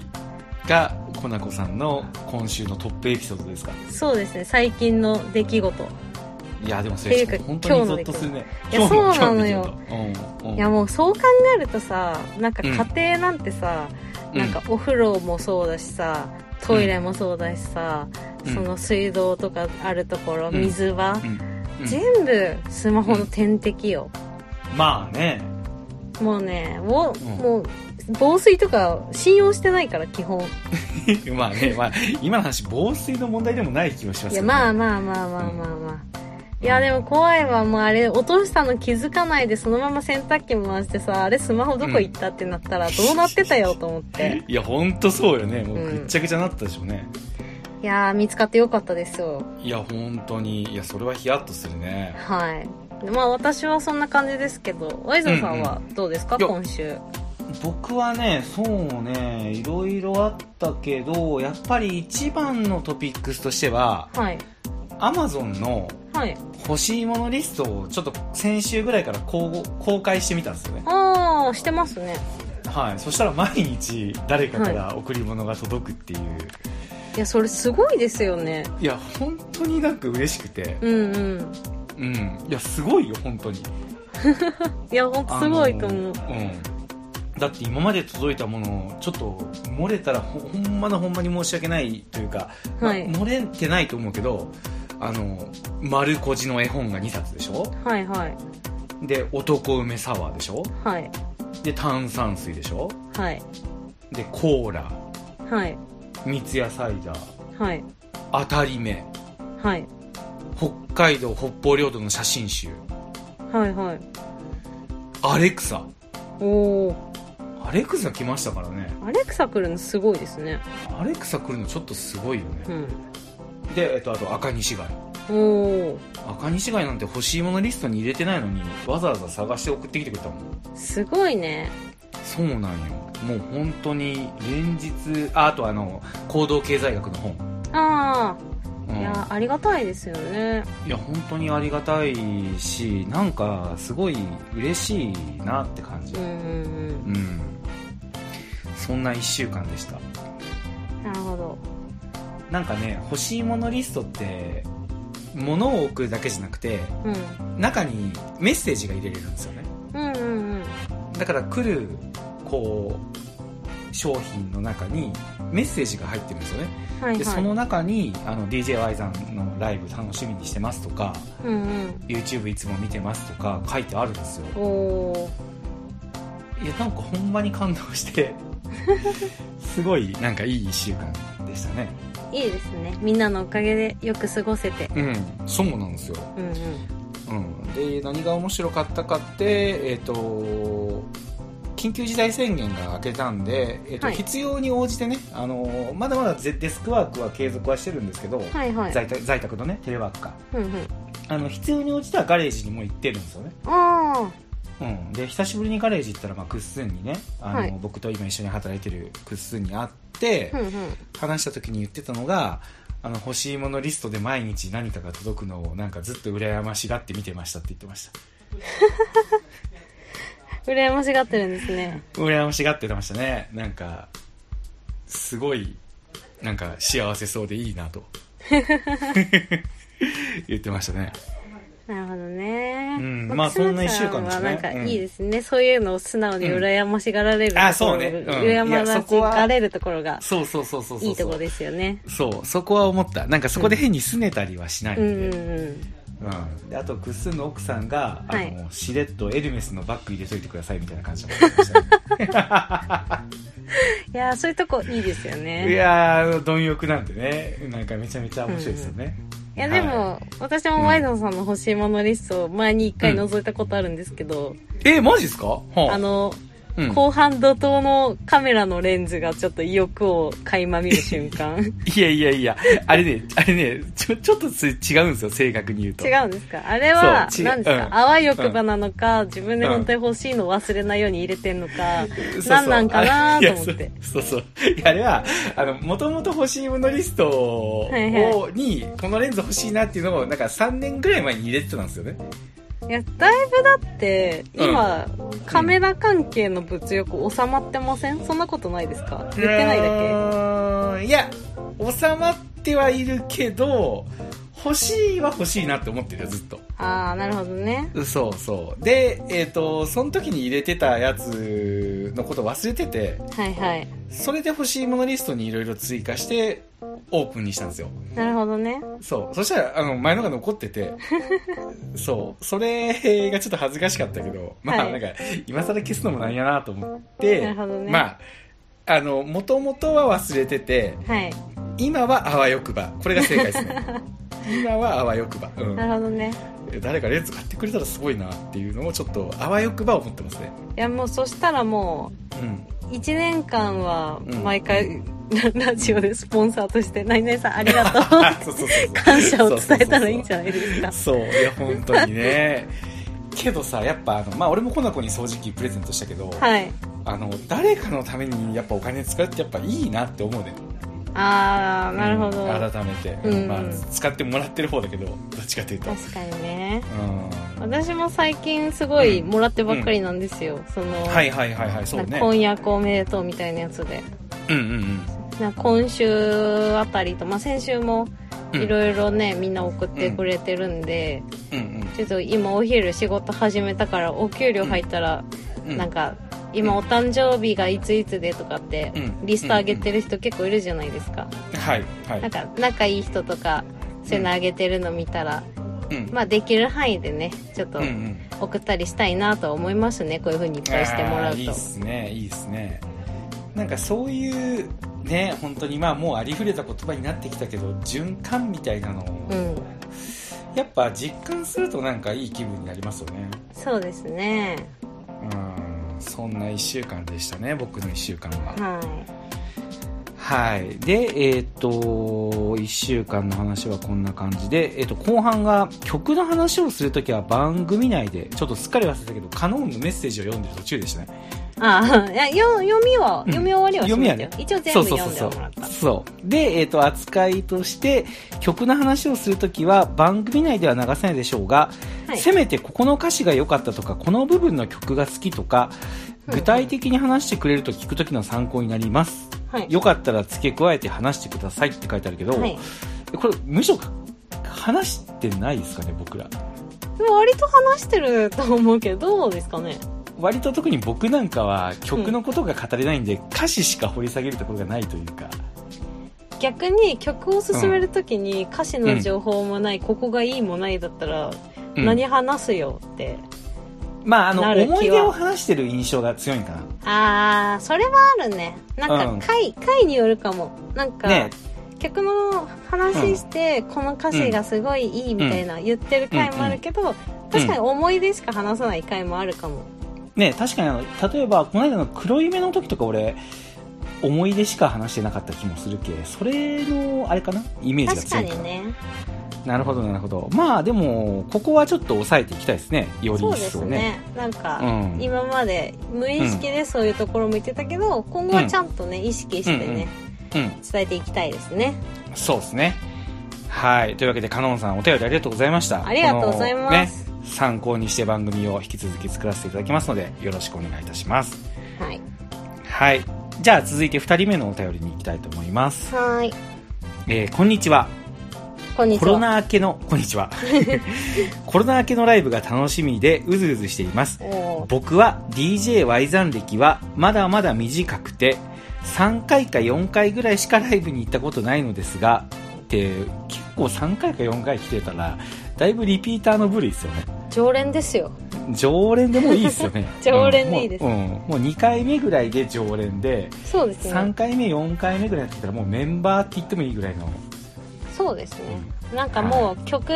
[SPEAKER 1] が、コナコさんの今週のトップエピソードですか。
[SPEAKER 2] そうですね最近の出来事
[SPEAKER 1] いや、でもそ
[SPEAKER 2] ってい
[SPEAKER 1] れ
[SPEAKER 2] うか、
[SPEAKER 1] 本当にゾッとするね。
[SPEAKER 2] 今日の出来事いや
[SPEAKER 1] 今日の今日の出来事うん。うん
[SPEAKER 2] いやもうそう考えるとさなんか家庭なんてさ、
[SPEAKER 1] うん
[SPEAKER 2] なんかお風呂もそうだしさトイレもそうだしさ、
[SPEAKER 1] うん
[SPEAKER 2] その水道とかあるところ、
[SPEAKER 1] うん
[SPEAKER 2] 水場、
[SPEAKER 1] うんうん
[SPEAKER 2] 全部スマホの点滴よ、
[SPEAKER 1] まあね。 [laughs]
[SPEAKER 2] もうねお、
[SPEAKER 1] ん
[SPEAKER 2] もう防水とか信用してないから基本
[SPEAKER 1] まあね、まあ、今の話、防水の問題でもない気はします
[SPEAKER 2] い
[SPEAKER 1] け
[SPEAKER 2] や
[SPEAKER 1] ど、ね。
[SPEAKER 2] ま
[SPEAKER 1] あ
[SPEAKER 2] あ、まあまあまあまあまあ、いやでも怖いわもうあれ落としたの気づかないでそのまま洗濯機回してさあれスマホどこ行ったってなったらどうなってたよと思って、
[SPEAKER 1] [laughs] いや、ほんとそうよね。もう
[SPEAKER 2] うん
[SPEAKER 1] ぐっちゃぐちゃになったでしょうね。
[SPEAKER 2] いやー見つかってよかったですよ
[SPEAKER 1] いや、ほんとに。いや、それはヒヤッとするね。
[SPEAKER 2] はい。まあ私はそんな感じですけど、ワイザさんはどうですか、
[SPEAKER 1] いや
[SPEAKER 2] 今週。
[SPEAKER 1] 僕はね、そうね、いろいろあったけど、やっぱり一番のトピックスとしては、
[SPEAKER 2] はい。
[SPEAKER 1] Amazon の
[SPEAKER 2] はい。
[SPEAKER 1] 欲しいものリストをちょっと先週ぐらいから公公開してみたんですよね。
[SPEAKER 2] ああ、してますね。
[SPEAKER 1] はい。そしたら毎日誰かから贈り物が届くっていう。
[SPEAKER 2] いや、それすごいですよね。
[SPEAKER 1] い、や、本当になんか嬉しくて。
[SPEAKER 2] うんうん。
[SPEAKER 1] うん。いや、すごいよ、本当に。
[SPEAKER 2] いや、ほんとすごいと思う。
[SPEAKER 1] あのうん。だって今まで届いたものをちょっと漏れたらほほんまのほんまに申し訳ないというか、まあ
[SPEAKER 2] はい
[SPEAKER 1] 漏れてないと思うけどあの丸こじの絵本が2冊でしょ
[SPEAKER 2] はいはい。
[SPEAKER 1] で男梅サワーでしょ
[SPEAKER 2] はい。
[SPEAKER 1] で炭酸水でしょ
[SPEAKER 2] はい。
[SPEAKER 1] でコーラ
[SPEAKER 2] はい。
[SPEAKER 1] 三ツ矢サイダー
[SPEAKER 2] はい。
[SPEAKER 1] 当たり目
[SPEAKER 2] はい。
[SPEAKER 1] 北海道北方領土の写真集
[SPEAKER 2] はいはい。
[SPEAKER 1] アレクサ
[SPEAKER 2] おー。
[SPEAKER 1] アレクサ来ましたからね
[SPEAKER 2] アレクサ来るのすごいですね。
[SPEAKER 1] アレクサ来るのちょっとすごいよ
[SPEAKER 2] う
[SPEAKER 1] ね、
[SPEAKER 2] ん。
[SPEAKER 1] で、えっと、あと赤西貝
[SPEAKER 2] おー。
[SPEAKER 1] 赤西貝なんて欲しいものリストに入れてないのにわざわざ探して送ってきてくれたもん
[SPEAKER 2] すごいね。
[SPEAKER 1] そうなんよもう本当に連日ああとあの行動経済学の本、
[SPEAKER 2] あ
[SPEAKER 1] うん
[SPEAKER 2] あ。いや、ありがたいですよね。
[SPEAKER 1] いや本当にありがたいしなんかすごい嬉しいなって感じ
[SPEAKER 2] うんうんうん
[SPEAKER 1] う。んそんな1週間でした
[SPEAKER 2] なるほど。
[SPEAKER 1] なんかね欲しいものリストって物を送るだけじゃなくて
[SPEAKER 2] うん。
[SPEAKER 1] 中にメッセージが入れれるんですよね
[SPEAKER 2] うんうんうん。
[SPEAKER 1] だから来るこう商品の中にメッセージが入ってるんですよね、
[SPEAKER 2] はい
[SPEAKER 1] で
[SPEAKER 2] は
[SPEAKER 1] そ
[SPEAKER 2] い。
[SPEAKER 1] の中にあの DJY さんのライブ楽しみにしてますとか
[SPEAKER 2] うんうん。
[SPEAKER 1] YouTube いつも見てますとか書いてあるんですよ
[SPEAKER 2] おー
[SPEAKER 1] いやなんかほんまに感動して
[SPEAKER 2] [laughs]
[SPEAKER 1] すごいなんかいい1週間でしたね
[SPEAKER 2] いいですねみんなのおかげでよく過ごせて
[SPEAKER 1] うんそうなんですよ、
[SPEAKER 2] うんうん
[SPEAKER 1] うん、で何が面白かったかってえっ、と昨緊急事態宣言が明けたんで、えっと
[SPEAKER 2] はい
[SPEAKER 1] 必要に応じてね、あのまだまだデデスクワークは継続はしてるんですけど、
[SPEAKER 2] はいはい。
[SPEAKER 1] 在宅在宅のねテレワークか
[SPEAKER 2] うんうん。
[SPEAKER 1] あの必要に応じたらガレージにも行ってるんですよね、
[SPEAKER 2] あ
[SPEAKER 1] うん、で久しぶりにガレージ行ったら、まあ、クッスンにねあの、
[SPEAKER 2] はい
[SPEAKER 1] 僕と今一緒に働いてるクッスンに会って、
[SPEAKER 2] あ。うんうん。
[SPEAKER 1] 話した時に言ってたのがあの欲しいものリストで毎日何かが届くのをなんかずっと羨ましがって見てましたって言ってました
[SPEAKER 2] 羨ましがってるんですね。
[SPEAKER 1] 羨ましがってましたねなんかすごいなんか幸せそうでいいな
[SPEAKER 2] [laughs]
[SPEAKER 1] と言ってましたね
[SPEAKER 2] なるほどね。
[SPEAKER 1] うんまあそんな一週間ですね
[SPEAKER 2] はなんかいいですね、そういうのを素直に羨ましがられるところ、
[SPEAKER 1] うんあそうねうん
[SPEAKER 2] 羨ま
[SPEAKER 1] いやそこは
[SPEAKER 2] しがれるところが
[SPEAKER 1] そうそうそうそうそうそう
[SPEAKER 2] いいとこですよね。
[SPEAKER 1] そうそこは思ったなんかそこで変に拗ねたりはしない
[SPEAKER 2] うん
[SPEAKER 1] で、
[SPEAKER 2] んうん。
[SPEAKER 1] うんであとクッスンの奥さんが、
[SPEAKER 2] はい
[SPEAKER 1] あのしれっとエルメスのバッグ入れといてくださいみたいな感じのこと言ってました
[SPEAKER 2] [laughs]
[SPEAKER 1] ね
[SPEAKER 2] いやーそういうとこいいですよね。
[SPEAKER 1] いやー、貪欲なんてね、なんかめちゃめちゃ面白いですよね。
[SPEAKER 2] いやでも、私もワイドさんの欲しいものリストを前に一回覗いたことあるんですけど、
[SPEAKER 1] え、マジですか、は
[SPEAKER 2] あ、の、
[SPEAKER 1] うん
[SPEAKER 2] 後半怒涛のカメラのレンズがちょっと意欲を垣間見る
[SPEAKER 1] [laughs]
[SPEAKER 2] 瞬間。違
[SPEAKER 1] いやいやいや、あれね、あれね、ちょ、ちょっとつ違うんですよ、正確に言うと。
[SPEAKER 2] うんですかあれは、
[SPEAKER 1] そう違う
[SPEAKER 2] 何ですか、
[SPEAKER 1] うん
[SPEAKER 2] あわよくばなのか、自分で本当に欲しいのを忘れないように入れてんのか、何なんかなと思っ
[SPEAKER 1] [laughs] いや
[SPEAKER 2] て。
[SPEAKER 1] そうそうそういやあれはあのもともと欲しいものリストを、
[SPEAKER 2] はいは
[SPEAKER 1] にこのレンズ欲しいなっていうのをなんか3年ぐらい前に入れてたんですよね
[SPEAKER 2] いや、だいぶだって、今、カメラ関係の物欲収まってませんそんなことないですか言ってな
[SPEAKER 1] う
[SPEAKER 2] いだけ
[SPEAKER 1] ーんいや収まってはいるけど欲しいは欲しいなって思ってるよずっと
[SPEAKER 2] ああ、なるほどね。
[SPEAKER 1] そうそうでえっ、とその時に入れてたやつのこと忘れてて
[SPEAKER 2] はいはい。
[SPEAKER 1] それで欲しいものリストにいろいろ追加してオープンにしたんですよ
[SPEAKER 2] なるほどね。
[SPEAKER 1] そうそしたらあの前のが残って
[SPEAKER 2] [laughs]
[SPEAKER 1] てそうそれがちょっと恥ずかしかったけどまあ、
[SPEAKER 2] は
[SPEAKER 1] な
[SPEAKER 2] い
[SPEAKER 1] んか今更消すのもなんやなと思っ
[SPEAKER 2] な
[SPEAKER 1] て
[SPEAKER 2] るほどね
[SPEAKER 1] まああの元々は忘れてて
[SPEAKER 2] はい。
[SPEAKER 1] 今はあわよくばこれが正解ですね
[SPEAKER 2] [laughs]
[SPEAKER 1] 今はあわよくば、うん
[SPEAKER 2] なるほどね。
[SPEAKER 1] 誰かレンズ買ってくれたらすごいなっていうのをちょっとあわよくば思ってますね
[SPEAKER 2] いやもうそしたらも [laughs]
[SPEAKER 1] うん
[SPEAKER 2] う、1年間は
[SPEAKER 1] うん
[SPEAKER 2] 毎回、 [laughs] ラジオでスポンサーとして、何々さんありがとう。
[SPEAKER 1] [laughs] そうそうそうそう
[SPEAKER 2] 感謝を伝えたらいいんじゃないですか。
[SPEAKER 1] そういや本当にねけどさやっぱあのまあ俺もこの子に掃除機プレゼントしたけど、
[SPEAKER 2] はい。
[SPEAKER 1] あの誰かのためにやっぱお金使うってやっぱいいなって思うね
[SPEAKER 2] あー、なるほど。
[SPEAKER 1] うん改めて、
[SPEAKER 2] うん
[SPEAKER 1] まあ、使ってもらってる方だけどどっちかというと
[SPEAKER 2] 確かにね。
[SPEAKER 1] うん
[SPEAKER 2] 私も最近すごいもらってばっかりなんですよ。その、
[SPEAKER 1] はいはいはいはいそう
[SPEAKER 2] なんか
[SPEAKER 1] ね
[SPEAKER 2] 婚約おめでとうみたいなやつで。
[SPEAKER 1] うんうんうん
[SPEAKER 2] なんか今週あたりと、まあ、先週も
[SPEAKER 1] うん
[SPEAKER 2] いろいろね、みんな送ってくれてるんで、
[SPEAKER 1] うん
[SPEAKER 2] ちょっと今お昼仕事始めたからお給料入ったら、
[SPEAKER 1] うんうん
[SPEAKER 2] なんか今お誕生日がいついつでとかって
[SPEAKER 1] うん
[SPEAKER 2] リスト上げてる人結構いるじゃないですか、
[SPEAKER 1] はいはい
[SPEAKER 2] なんか仲いい人とかそういうの上げてるの見たら、
[SPEAKER 1] うん
[SPEAKER 2] まあできる範囲でねちょっと
[SPEAKER 1] うんうん
[SPEAKER 2] 送ったりしたいなとは思いますねこういうふうにいっぱいしても
[SPEAKER 1] あ
[SPEAKER 2] らう
[SPEAKER 1] ーいい
[SPEAKER 2] と
[SPEAKER 1] っすねいいっすねなんかそういうね本当にまあもうありふれた言葉になってきたけど循環みたいなのを、
[SPEAKER 2] うん
[SPEAKER 1] やっぱ実感するとなんかいい気分になりますよね
[SPEAKER 2] そうですね
[SPEAKER 1] うんそんな1週間でしたね僕の1週間は
[SPEAKER 2] は
[SPEAKER 1] はいでえっ、と1週間の話はこんな感じで、えー、と後半が曲の話をするときは番組内でちょっとすっかり忘れたけどカノンのメッセージを読んでる途中でしたね
[SPEAKER 2] いああいやよ読みは、
[SPEAKER 1] うん
[SPEAKER 2] 読み終わりはしま
[SPEAKER 1] 読
[SPEAKER 2] した
[SPEAKER 1] み
[SPEAKER 2] よ
[SPEAKER 1] は、
[SPEAKER 2] 一応
[SPEAKER 1] そ
[SPEAKER 2] 全
[SPEAKER 1] う
[SPEAKER 2] 部
[SPEAKER 1] そうそうんそ
[SPEAKER 2] 読では
[SPEAKER 1] う
[SPEAKER 2] もらった
[SPEAKER 1] そうで、えー、と扱いとして曲の話をするときは番組内では流せないでしょうが、
[SPEAKER 2] はい
[SPEAKER 1] せめてここの歌詞が良かったとかこの部分の曲が好きとか具体的に話してくれると聞くときの参考になります、
[SPEAKER 2] はい
[SPEAKER 1] よかったら付け加えて話してくださいって書いてあるけど、
[SPEAKER 2] はい
[SPEAKER 1] これむしろ話してないですかね僕ら
[SPEAKER 2] でも割と話してると思うけど、どうですかね
[SPEAKER 1] 割と特に僕なんかは曲のことが語れないんで、歌詞しか掘り下げるところがないというか
[SPEAKER 2] 逆に曲を進めるときに歌詞の情報もない、ここがいいもないだったら、
[SPEAKER 1] うん
[SPEAKER 2] 何話すよって。
[SPEAKER 1] まああの
[SPEAKER 2] なる気は
[SPEAKER 1] 思い出を話してる印象が強いんかな
[SPEAKER 2] あー、それはあるね。なんか回、回によるかも。なんか、
[SPEAKER 1] ね
[SPEAKER 2] 曲の話して、この歌詞がすごいいいみたいな言ってる回もあるけど、確かに思い出しか話さない回もあるかも。
[SPEAKER 1] ね、確かにあの、例えば、この間の黒夢の時とか俺、思い出しか話してなかった気もするけ、それの、あれかなイメージが
[SPEAKER 2] 確
[SPEAKER 1] 強
[SPEAKER 2] か
[SPEAKER 1] いから。
[SPEAKER 2] にね
[SPEAKER 1] なるほど、なるほど。まあ、でも、ここはちょっと抑えていきたいですね。より
[SPEAKER 2] そう
[SPEAKER 1] 一
[SPEAKER 2] です
[SPEAKER 1] 層
[SPEAKER 2] ね
[SPEAKER 1] ね。
[SPEAKER 2] なんか、
[SPEAKER 1] うん
[SPEAKER 2] 今まで無意識でそういうところも言ってたけど、今後はちゃんとね意識してね、
[SPEAKER 1] うん。
[SPEAKER 2] 伝えていきたいですね
[SPEAKER 1] そうですね。はい。というわけで、カノンさん、お便りありがとうございました。
[SPEAKER 2] ありがとうございま
[SPEAKER 1] こ
[SPEAKER 2] す、
[SPEAKER 1] のね、参考にして番組を引き続き作らせていただきますので、よろしくお願いいたします。
[SPEAKER 2] はい
[SPEAKER 1] はい。じゃあ、続いて2人目のお便りに行きたいと思います。
[SPEAKER 2] はーい
[SPEAKER 1] えーこんにちは。
[SPEAKER 2] こんにち
[SPEAKER 1] コ
[SPEAKER 2] は
[SPEAKER 1] ロナ明けの、こんに
[SPEAKER 2] [laughs]
[SPEAKER 1] ちは。コロナ明けのライブが楽しみで、うずうずしています。
[SPEAKER 2] おー
[SPEAKER 1] 僕は DJY 残歴はまだまだ短くて3回か4回ぐらいしかライブに行ったことないのですがって結構3回か4回来てたらだいぶリピーターの部類ですよね
[SPEAKER 2] 常連ですよ
[SPEAKER 1] 常連でもういいですよね
[SPEAKER 2] [laughs] 常連でいいです
[SPEAKER 1] うんもう,、うん、もう2回目ぐらいで常連で
[SPEAKER 2] そうです
[SPEAKER 1] 3
[SPEAKER 2] ね
[SPEAKER 1] 回目4回目ぐらいになってきたらもうメンバーって言ってもいいぐらいの
[SPEAKER 2] そうですねなんかもう曲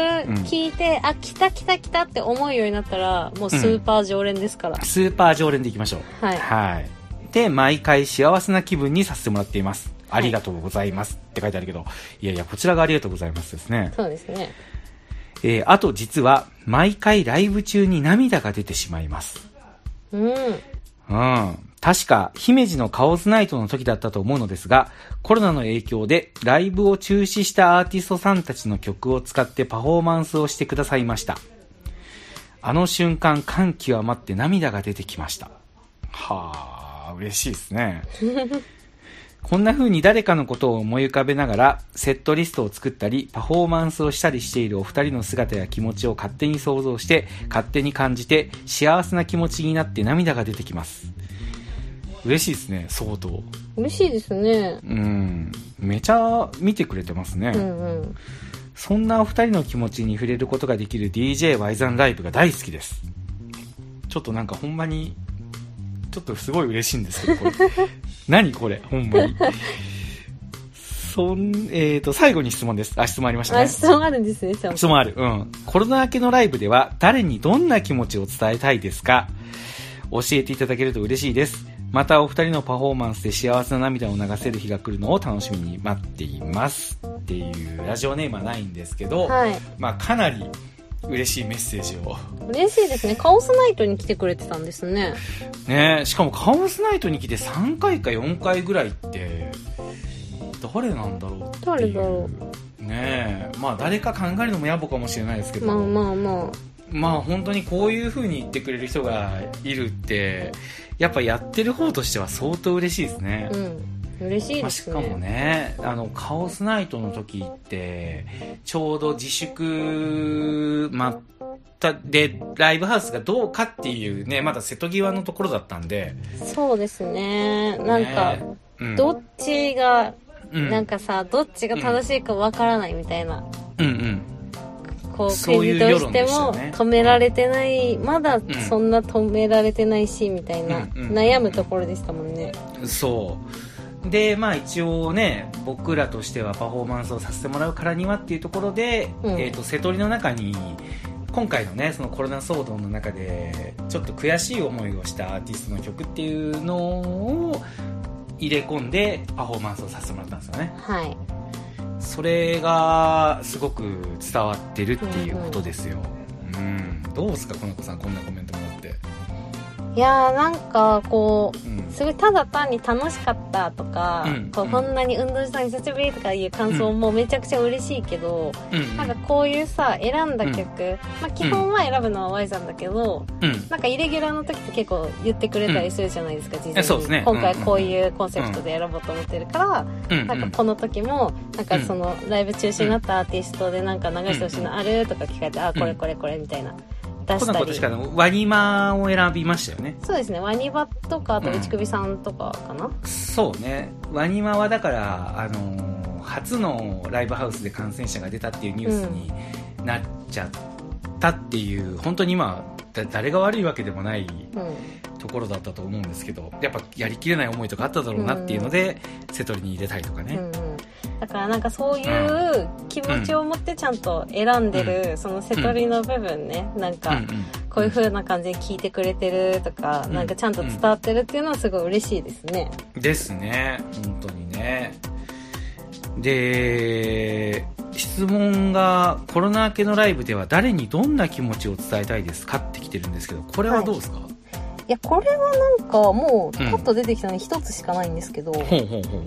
[SPEAKER 2] 聴いて、あ来た来た来たって思うようになったらもうスーパー常連ですから、
[SPEAKER 1] スーパー常連でいきましょう
[SPEAKER 2] はい
[SPEAKER 1] はい。で、毎回幸せな気分にさせてもらっています。ありがとうございますって書いてあるけど、いやいや、こちらがありがとうございますですね。
[SPEAKER 2] そうですね
[SPEAKER 1] えーあと実は、毎回ライブ中に涙が出てしまいます。
[SPEAKER 2] うん
[SPEAKER 1] うん。確か、姫路のカオズナイトの時だったと思うのですが、コロナの影響でライブを中止したアーティストさんたちの曲を使ってパフォーマンスをしてくださいました。あの瞬間、感極まって涙が出てきました。はあ、嬉しいですね。こんな風に誰かのことを思い浮かべながら、セットリストを作ったり、パフォーマンスをしたりしているお二人の姿や気持ちを勝手に想像して、勝手に感じて、幸せな気持ちになって涙が出てきます。嬉しいですね、相当。
[SPEAKER 2] 嬉しいですね
[SPEAKER 1] うん。めちゃ見てくれてますね。
[SPEAKER 2] うんうん
[SPEAKER 1] そんなお二人の気持ちに触れることができる DJ ワイザンライブが大好きです。ちょっとなんかほんまに、ちょっとすごい嬉しいんですけど、これ。何これ、ほんまに。そん、えーと、最後に質問です。あ、質問ありました
[SPEAKER 2] あ
[SPEAKER 1] ね。
[SPEAKER 2] 質問あるんですねちゃんと
[SPEAKER 1] 質問ある。うん。コロナ明けのライブでは誰にどんな気持ちを伝えたいですか教えていただけると嬉しいです。またお二人のパフォーマンスで幸せな涙を流せる日が来るのを楽しみに待っています。っていうラジオネームはないんですけど、
[SPEAKER 2] はい
[SPEAKER 1] まあかなり嬉しいメッセージを。
[SPEAKER 2] 嬉しいですねカオスナイトに来てくれてたんですね
[SPEAKER 1] ねえしかもカオスナイトに来て3回か4回ぐらいって、誰なんだろうっていう
[SPEAKER 2] 誰だろ
[SPEAKER 1] ねえまあ誰か考えるのも野暮かもしれないですけど。
[SPEAKER 2] まあまあま
[SPEAKER 1] まあ本当にこういう風に言ってくれる人がいるってやっぱやってる方としては相当嬉しいですね
[SPEAKER 2] あ、うん嬉しい
[SPEAKER 1] まあ
[SPEAKER 2] で
[SPEAKER 1] し
[SPEAKER 2] す
[SPEAKER 1] かも
[SPEAKER 2] ね
[SPEAKER 1] ねあのカオスナイトの時ってちょうど自粛まったでライブハウスがどうかっていうねまだ瀬戸際のところだったんで
[SPEAKER 2] そうですねなんか
[SPEAKER 1] ねうん
[SPEAKER 2] どっちが
[SPEAKER 1] うん
[SPEAKER 2] なんかさどっちが正しいかわからないみたいな
[SPEAKER 1] うんうん
[SPEAKER 2] こう
[SPEAKER 1] そう
[SPEAKER 2] 国
[SPEAKER 1] いう
[SPEAKER 2] と
[SPEAKER 1] 世
[SPEAKER 2] し
[SPEAKER 1] 論
[SPEAKER 2] て
[SPEAKER 1] でした
[SPEAKER 2] も
[SPEAKER 1] よね
[SPEAKER 2] 止められてないまだそんな止められてないしみたいな
[SPEAKER 1] うんうん
[SPEAKER 2] 悩むところでしたもんね
[SPEAKER 1] そうでまあ一応ね僕らとしてはパフォーマンスをさせてもらうからにはっていうところで、
[SPEAKER 2] うん
[SPEAKER 1] えー、と瀬戸りの中に今回のねそのコロナ騒動の中でちょっと悔しい思いをしたアーティストの曲っていうのを入れ込んでパフォーマンスをさせてもらったんですよね
[SPEAKER 2] はい
[SPEAKER 1] それがすごく伝わってるっていうことですよ、うん、どうですかこの子さんこんなコメントもらって、
[SPEAKER 2] いやーなんかこう
[SPEAKER 1] うん、
[SPEAKER 2] すごいただ単に楽しかったとか、
[SPEAKER 1] うん
[SPEAKER 2] こう
[SPEAKER 1] うん
[SPEAKER 2] こんなに運動したの久しぶりとかいう感想もめちゃくちゃ嬉しいけど、
[SPEAKER 1] うんうん
[SPEAKER 2] なんかこういうさ選んだ曲、まあ、基本は選ぶのは Y さんだけど、
[SPEAKER 1] うん
[SPEAKER 2] なんかイレギュラーの時って結構言ってくれたりするじゃないですか、事前
[SPEAKER 1] え
[SPEAKER 2] に
[SPEAKER 1] そうですね
[SPEAKER 2] 今回はこういうコンセプトで選ぼうと思ってるから、
[SPEAKER 1] うんうん
[SPEAKER 2] なんかこの時もなんかそのライブ中止になったアーティストでなんか流してほしいのあるとか聞かれて、あこれこれこれみたいな出
[SPEAKER 1] こ
[SPEAKER 2] し
[SPEAKER 1] の
[SPEAKER 2] た
[SPEAKER 1] 子
[SPEAKER 2] り
[SPEAKER 1] 確かあのワニマを選びましたよね
[SPEAKER 2] そうですねワニバとかあと内首さんとかかな、
[SPEAKER 1] そうね、ワニマはだから、あのー初のライブハウスで感染者が出たっていうニュースになっちゃったっていう、本当に今、だ誰が悪いわけでもない
[SPEAKER 2] うん
[SPEAKER 1] ところだったと思うんですけど、やっぱやりきれない思いとかあっただろうなっていうので、瀬戸りに入れたりとか
[SPEAKER 2] う
[SPEAKER 1] ね。
[SPEAKER 2] んうんだからなんかそういう気持ちを持ってちゃんと選んでる、その瀬取りの部分ね、な
[SPEAKER 1] うん
[SPEAKER 2] ん
[SPEAKER 1] う
[SPEAKER 2] か
[SPEAKER 1] ん
[SPEAKER 2] ここういう風な感じで聞いてくれてるとか、
[SPEAKER 1] うん
[SPEAKER 2] なんかちゃんと伝わってるっていうのはすごい嬉しいですね。
[SPEAKER 1] ですね本当にねで質問がコロナ明けのライブでは誰にどんな気持ちを伝えたいですかって来てるんですけどこれはどうですか、
[SPEAKER 2] いや、これはなんかもう、パ
[SPEAKER 1] うん
[SPEAKER 2] ッと出てきたのに一つしかないんですけど、
[SPEAKER 1] ほうほうほ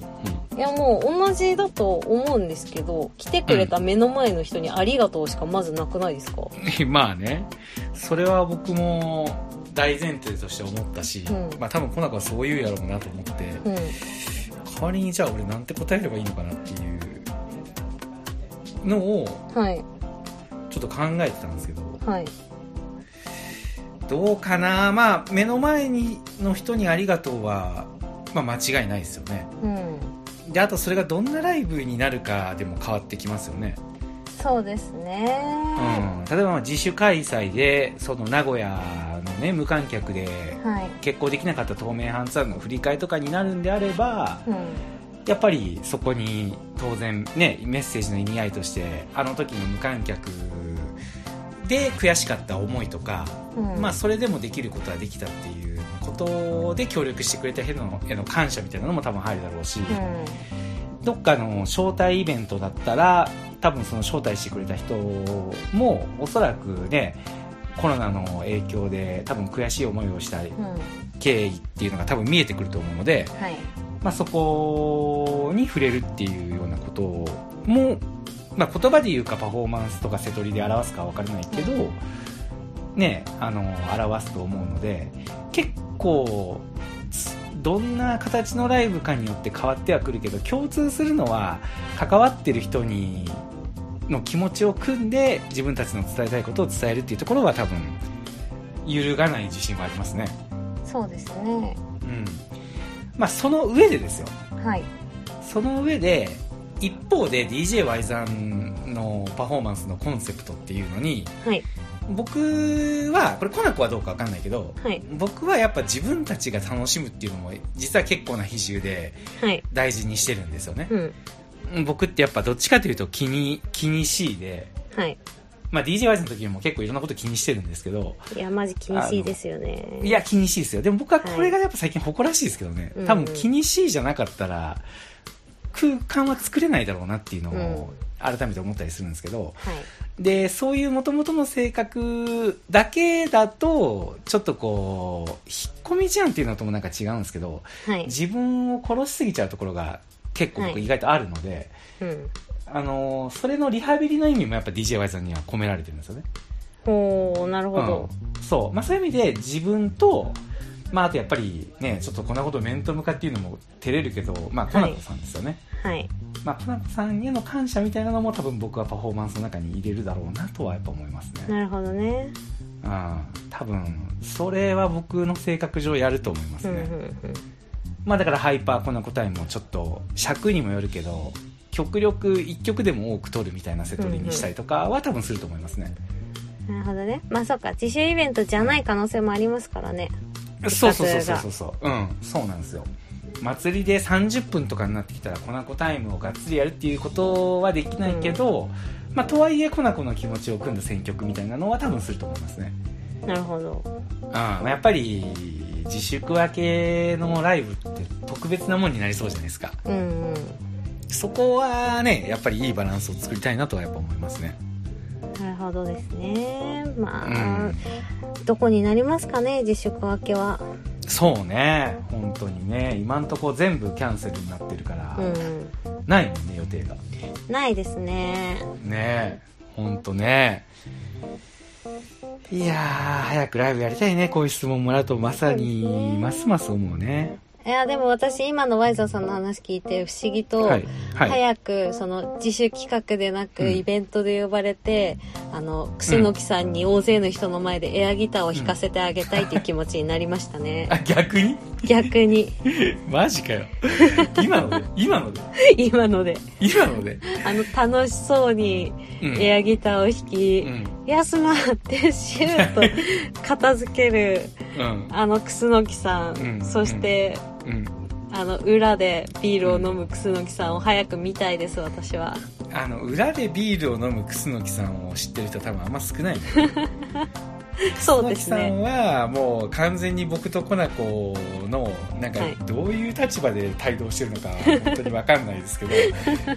[SPEAKER 1] う、
[SPEAKER 2] いやもう同じだと思うんですけど、来てくれた目の前の人にありがとうしかまずなくないですか
[SPEAKER 1] うん [laughs] まあねそれは僕も大前提として思ったし、
[SPEAKER 2] うん
[SPEAKER 1] まあ多分コナコはそう言うやろうなと思って、
[SPEAKER 2] うん。
[SPEAKER 1] 代わりにじゃあ俺なんて答えればいいのかなっていうのを
[SPEAKER 2] はい。
[SPEAKER 1] ちょっと考えてたんですけど
[SPEAKER 2] はい。
[SPEAKER 1] どうかなまあ目の前にの人にありがとうは、まあ、間違いないですよね
[SPEAKER 2] うん。
[SPEAKER 1] であとそれがどんなライブになるかでも変わってきますよね、
[SPEAKER 2] そうです
[SPEAKER 1] う
[SPEAKER 2] ね。
[SPEAKER 1] ん、例えばまあ自主開催でその名古屋のね無観客で
[SPEAKER 2] はい。
[SPEAKER 1] 結婚できなかった東名ハンツアーの振り替えとかになるんであれば
[SPEAKER 2] うん。
[SPEAKER 1] やっぱりそこに当然ねメッセージの意味合いとしてあの時の無観客で悔しかった思いとか
[SPEAKER 2] うん、
[SPEAKER 1] まあ、それでもできることはできたっていうことで協力してくれた人のへの感謝みたいなのも多分入るだろうし、
[SPEAKER 2] うん。
[SPEAKER 1] どっかの招待イベントだったら多分その招待してくれた人もおそらくねコロナの影響で多分悔しい思いをした
[SPEAKER 2] うん。
[SPEAKER 1] 経緯っていうのが多分見えてくると思うので、
[SPEAKER 2] はい。
[SPEAKER 1] まあ、そこに触れるっていうようなことも、まあ、言葉で言うかパフォーマンスとか瀬取りで表すかは分からないけど、ね、あの表すと思うので結構つどんな形のライブかによって変わってはくるけど共通するのは関わってる人にの気持ちを組んで自分たちの伝えたいことを伝えるっていうところは多分揺るがない自信はありますね。
[SPEAKER 2] そうですね。
[SPEAKER 1] うんまあ、その上でですよ
[SPEAKER 2] はい。
[SPEAKER 1] その上で一方で DJY さんのパフォーマンスのコンセプトっていうのに
[SPEAKER 2] はい。
[SPEAKER 1] 僕はこれコナコはどうか分かんないけど
[SPEAKER 2] はい。
[SPEAKER 1] 僕はやっぱ自分たちが楽しむっていうのも実は結構な比重で
[SPEAKER 2] はい。
[SPEAKER 1] 大事にしてるんですよね
[SPEAKER 2] うん。
[SPEAKER 1] 僕ってやっぱどっちかというと気に気にしいで、
[SPEAKER 2] はい。
[SPEAKER 1] まあ、DJY さんの時も結構いろんなこと気にしてるんですけど
[SPEAKER 2] いや、マジ厳しいですよね。
[SPEAKER 1] いや気にしいですよでも僕はこれがやっぱ最近誇らしいですけどね
[SPEAKER 2] はい
[SPEAKER 1] 多
[SPEAKER 2] う
[SPEAKER 1] 分
[SPEAKER 2] んうん
[SPEAKER 1] 気にしいじゃなかったら空間は作れないだろうなっていうのを改めて思ったりするんですけど、
[SPEAKER 2] はい。
[SPEAKER 1] でそういうもともとの性格だけだとちょっとこう引っ込み思案っていうのともなんか違うんですけど
[SPEAKER 2] はい。
[SPEAKER 1] 自分を殺しすぎちゃうところが結構
[SPEAKER 2] は
[SPEAKER 1] 僕
[SPEAKER 2] い
[SPEAKER 1] 意外とあるので、
[SPEAKER 2] うん。
[SPEAKER 1] あのそれのリハビリの意味もやっぱ DJY さんには込められてるんですよね。
[SPEAKER 2] ほー、なるほど。
[SPEAKER 1] うん、そう、まあ、そういう意味で自分と、まあ、あとやっぱりねちょっとこんなこと面と向かっていうのも照れるけど、まあ、コナコさんですよね、
[SPEAKER 2] はい。
[SPEAKER 1] まあ、コナコさんへの感謝みたいなのも多分僕はパフォーマンスの中に入れるだろうなとはやっぱ思いますね。
[SPEAKER 2] なるほどね。
[SPEAKER 1] うん多分それは僕の性格上やると思いま
[SPEAKER 2] う
[SPEAKER 1] す
[SPEAKER 2] んう
[SPEAKER 1] ね、
[SPEAKER 2] んうん。
[SPEAKER 1] まあだからハイパーこんな答えもちょっと尺にもよるけど極力1曲でも多く取るみたいなセトリにしたりとかは多分すると思いますね、
[SPEAKER 2] なるほどね。まあそっか、自主イベントじゃない可能性もありますからね。
[SPEAKER 1] そうそうそうそうそうそううんそうなんですよ祭りで30分とかになってきたらコナコタイムをがっつりやるっていうことはできないけど、まあとはいえコナコの気持ちを組んだ選曲みたいなのは多分すると思いますね
[SPEAKER 2] なるほど。
[SPEAKER 1] うんまあやっぱり自粛明けのライブって特別なもんになりそうじゃないですか
[SPEAKER 2] うんうん。
[SPEAKER 1] そこはねやっぱりいいバランスを作りたいなとはやっぱ思いますね
[SPEAKER 2] なるほどですね。
[SPEAKER 1] う
[SPEAKER 2] まあ、
[SPEAKER 1] ん
[SPEAKER 2] どこになりますかね、自粛明けは。
[SPEAKER 1] そうね本当にね今んとこ全部キャンセルになってるから、
[SPEAKER 2] うん。
[SPEAKER 1] ないもんね予定が
[SPEAKER 2] ないですね。
[SPEAKER 1] ねえ本当ねいやー早くライブやりたいねこういう質問もらうとまさにますます思うね
[SPEAKER 2] いや、でも私今のワイザーさんの話聞いて不思議と、
[SPEAKER 1] はいはい
[SPEAKER 2] 早くその自主企画でな
[SPEAKER 1] う
[SPEAKER 2] く
[SPEAKER 1] ん
[SPEAKER 2] イベントで呼ばれて、あの楠木さんに大勢の人の前でエアギターを弾かせてあげたいっていう気持ちになりましたね、
[SPEAKER 1] あ逆に [laughs]
[SPEAKER 2] 逆に
[SPEAKER 1] マジかよ今ので今ので
[SPEAKER 2] 今ので
[SPEAKER 1] 今ので、
[SPEAKER 2] あの楽しそうに
[SPEAKER 1] うん
[SPEAKER 2] エアギターを弾
[SPEAKER 1] う
[SPEAKER 2] き
[SPEAKER 1] ん
[SPEAKER 2] 「やすま!」ってシュー
[SPEAKER 1] [laughs]
[SPEAKER 2] と片付ける
[SPEAKER 1] うん
[SPEAKER 2] あの楠木さん、
[SPEAKER 1] うん
[SPEAKER 2] そして、
[SPEAKER 1] うん
[SPEAKER 2] あの裏でビールを飲む楠木さんを早く見たいです私は
[SPEAKER 1] あの裏でビールを飲む楠木さんを知ってる人多分あんま少ないね
[SPEAKER 2] そうです
[SPEAKER 1] 妻木さん
[SPEAKER 2] ね。
[SPEAKER 1] はもう完全に僕とコナコのなんか
[SPEAKER 2] はい
[SPEAKER 1] どういう立場で帯同してるのか本当に分かんないです
[SPEAKER 2] [laughs]
[SPEAKER 1] けど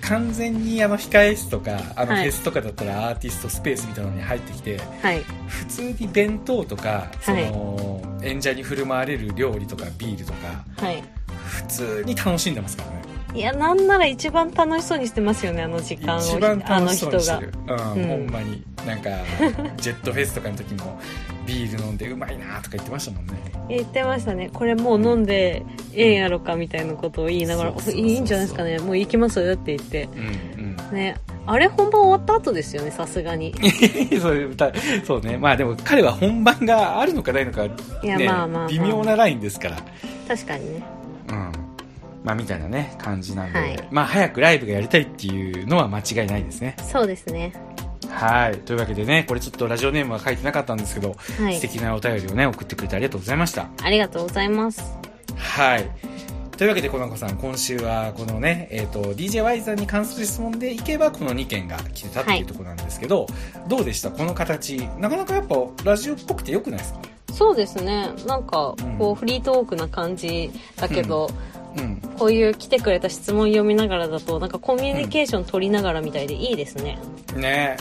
[SPEAKER 1] 完全にあの控え室とかあのフ
[SPEAKER 2] はい
[SPEAKER 1] ェスとかだったらアーティストスペースみたいなのに入ってきて
[SPEAKER 2] はい。
[SPEAKER 1] 普通に弁当とかその演者に振る舞われる料理とかビールとか
[SPEAKER 2] はい。
[SPEAKER 1] 普通に楽しんでますからね
[SPEAKER 2] いや、なんなら一番楽しそうにしてますよね、あの時間を。
[SPEAKER 1] 一番
[SPEAKER 2] あ
[SPEAKER 1] 楽
[SPEAKER 2] の
[SPEAKER 1] しそ
[SPEAKER 2] 人
[SPEAKER 1] うにして
[SPEAKER 2] が。
[SPEAKER 1] る、うん
[SPEAKER 2] うん
[SPEAKER 1] ほんまになん
[SPEAKER 2] [laughs]
[SPEAKER 1] かジェットフェスとかの時もビール飲んでうまいなとか言ってましたもんね
[SPEAKER 2] 言ってましたね。これもう飲んでええんやろかみたいなことを言いながら、
[SPEAKER 1] そうそうそうそう
[SPEAKER 2] いいんじゃないですかね。もう行きますよって言って。
[SPEAKER 1] うん
[SPEAKER 2] ね。あれ本番終わった後ですよね、さすがに。
[SPEAKER 1] うん [laughs] そういう歌そうねまあでも彼は本番があるのかないのか、ね
[SPEAKER 2] いや、まあまあ、まあ。
[SPEAKER 1] 微妙なラインですから
[SPEAKER 2] 確かにね。
[SPEAKER 1] うんまあみたいなね感じなんで、
[SPEAKER 2] はい
[SPEAKER 1] まあ早くライブがやりたいっていうのは間違いないですね
[SPEAKER 2] そうですね。
[SPEAKER 1] はいというわけでねこれちょっとラジオネームは書いてなかったんですけど、
[SPEAKER 2] は
[SPEAKER 1] 素
[SPEAKER 2] い。
[SPEAKER 1] 敵なお便りをね送ってくれてありがとうございました
[SPEAKER 2] ありがとうございます。
[SPEAKER 1] はい。というわけで、この子さん、今週は、このね、えっ、と、DJY さんに関する質問でいけば、この2件が来てたって
[SPEAKER 2] はいいう
[SPEAKER 1] ところなんですけど、どうでしたこの形。なかなかやっぱ、ラジオっぽくて良くないですか
[SPEAKER 2] そうですね。なんか
[SPEAKER 1] うん、
[SPEAKER 2] こう、フリートークな感じだけど、
[SPEAKER 1] うん。
[SPEAKER 2] こういう来てくれた質問読みながらだと、なんかコミュニケーション取りながらみたいでいいですね。
[SPEAKER 1] ね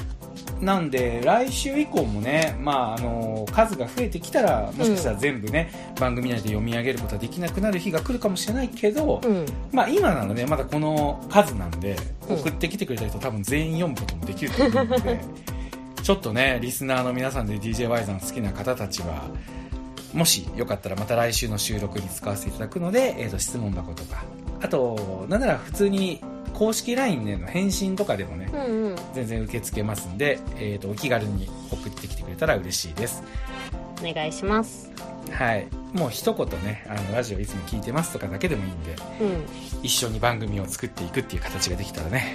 [SPEAKER 1] なんで、来週以降もね、まあ、あの、数が増えてきたら、もしかしたら全部ね、番組内で読み上げることはできなくなる日が来るかもしれないけど、
[SPEAKER 2] うん。
[SPEAKER 1] まあ、今なのね、まだこの数なんで、
[SPEAKER 2] うん
[SPEAKER 1] 送ってきてくれた人多分全員読むこともできると思うの
[SPEAKER 2] [laughs]
[SPEAKER 1] で、ちょっとね、リスナーの皆さんで DJY さん好きな方たちは、もしよかったらまた来週の収録に使わせていただくので、えー、と質問箱とか、あと、なんなら普通に公式 LINE への返信とかでもね
[SPEAKER 2] う、んうん。
[SPEAKER 1] 全然受け付けますんで、えー、とお気軽に送ってきてくれたら嬉しいです。
[SPEAKER 2] お願いします。
[SPEAKER 1] はい。もう一言ね、あの、ラジオいつも聞いてますとかだけでもいいんで、
[SPEAKER 2] うん。
[SPEAKER 1] 一緒に番組を作っていくっていう形ができたらね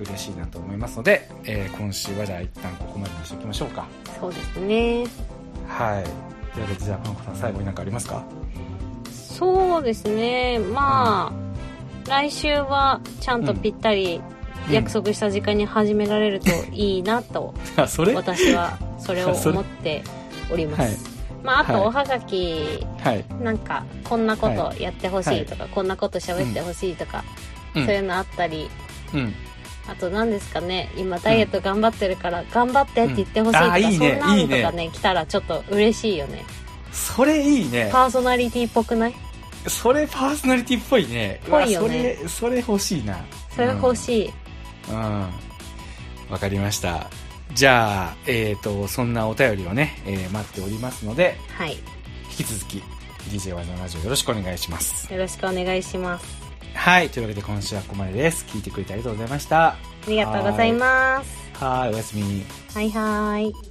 [SPEAKER 1] 嬉しいなと思いますので、えー今週はじゃあ一旦ここまでにしておきましょうか
[SPEAKER 2] そうですね。
[SPEAKER 1] はいというわけでじゃあパンコさん最後になんかありますか
[SPEAKER 2] そうですね。まあ、来週はちゃんとぴったり約束した時間に始められるといいなと、
[SPEAKER 1] あそれはい
[SPEAKER 2] 私はそれを
[SPEAKER 1] それ
[SPEAKER 2] 思っております。
[SPEAKER 1] はい
[SPEAKER 2] まあ、あ
[SPEAKER 1] はい
[SPEAKER 2] とおはがき、なんかこんなことやってほしいとか、こんなこと喋ってほしいとか、
[SPEAKER 1] うん
[SPEAKER 2] そういうのあったり、
[SPEAKER 1] うん
[SPEAKER 2] あと何ですかね今ダイエット頑張ってるから頑張ってって言ってほしいと
[SPEAKER 1] うんあ
[SPEAKER 2] か、
[SPEAKER 1] ーいいね
[SPEAKER 2] そんないの
[SPEAKER 1] い
[SPEAKER 2] と
[SPEAKER 1] ね
[SPEAKER 2] かね来たらちょっと嬉しいよね
[SPEAKER 1] それいいね
[SPEAKER 2] パーソナリティっぽくない
[SPEAKER 1] それパーソナリティっぽいね
[SPEAKER 2] ぽいよね
[SPEAKER 1] うわそれそれ欲しいな
[SPEAKER 2] それ欲しい、
[SPEAKER 1] うんうんわ、かりましたじゃあえっ、とそんなお便りをね、えー待っておりますので
[SPEAKER 2] はい
[SPEAKER 1] 引き続き DJ ワイドラジオよろしくお願いします
[SPEAKER 2] よろしくお願いします
[SPEAKER 1] はい、というわけで今週はここまでです。聞いてくれてありがとうございました。
[SPEAKER 2] ありがとうございます
[SPEAKER 1] はい、おやすみ。
[SPEAKER 2] はいはーい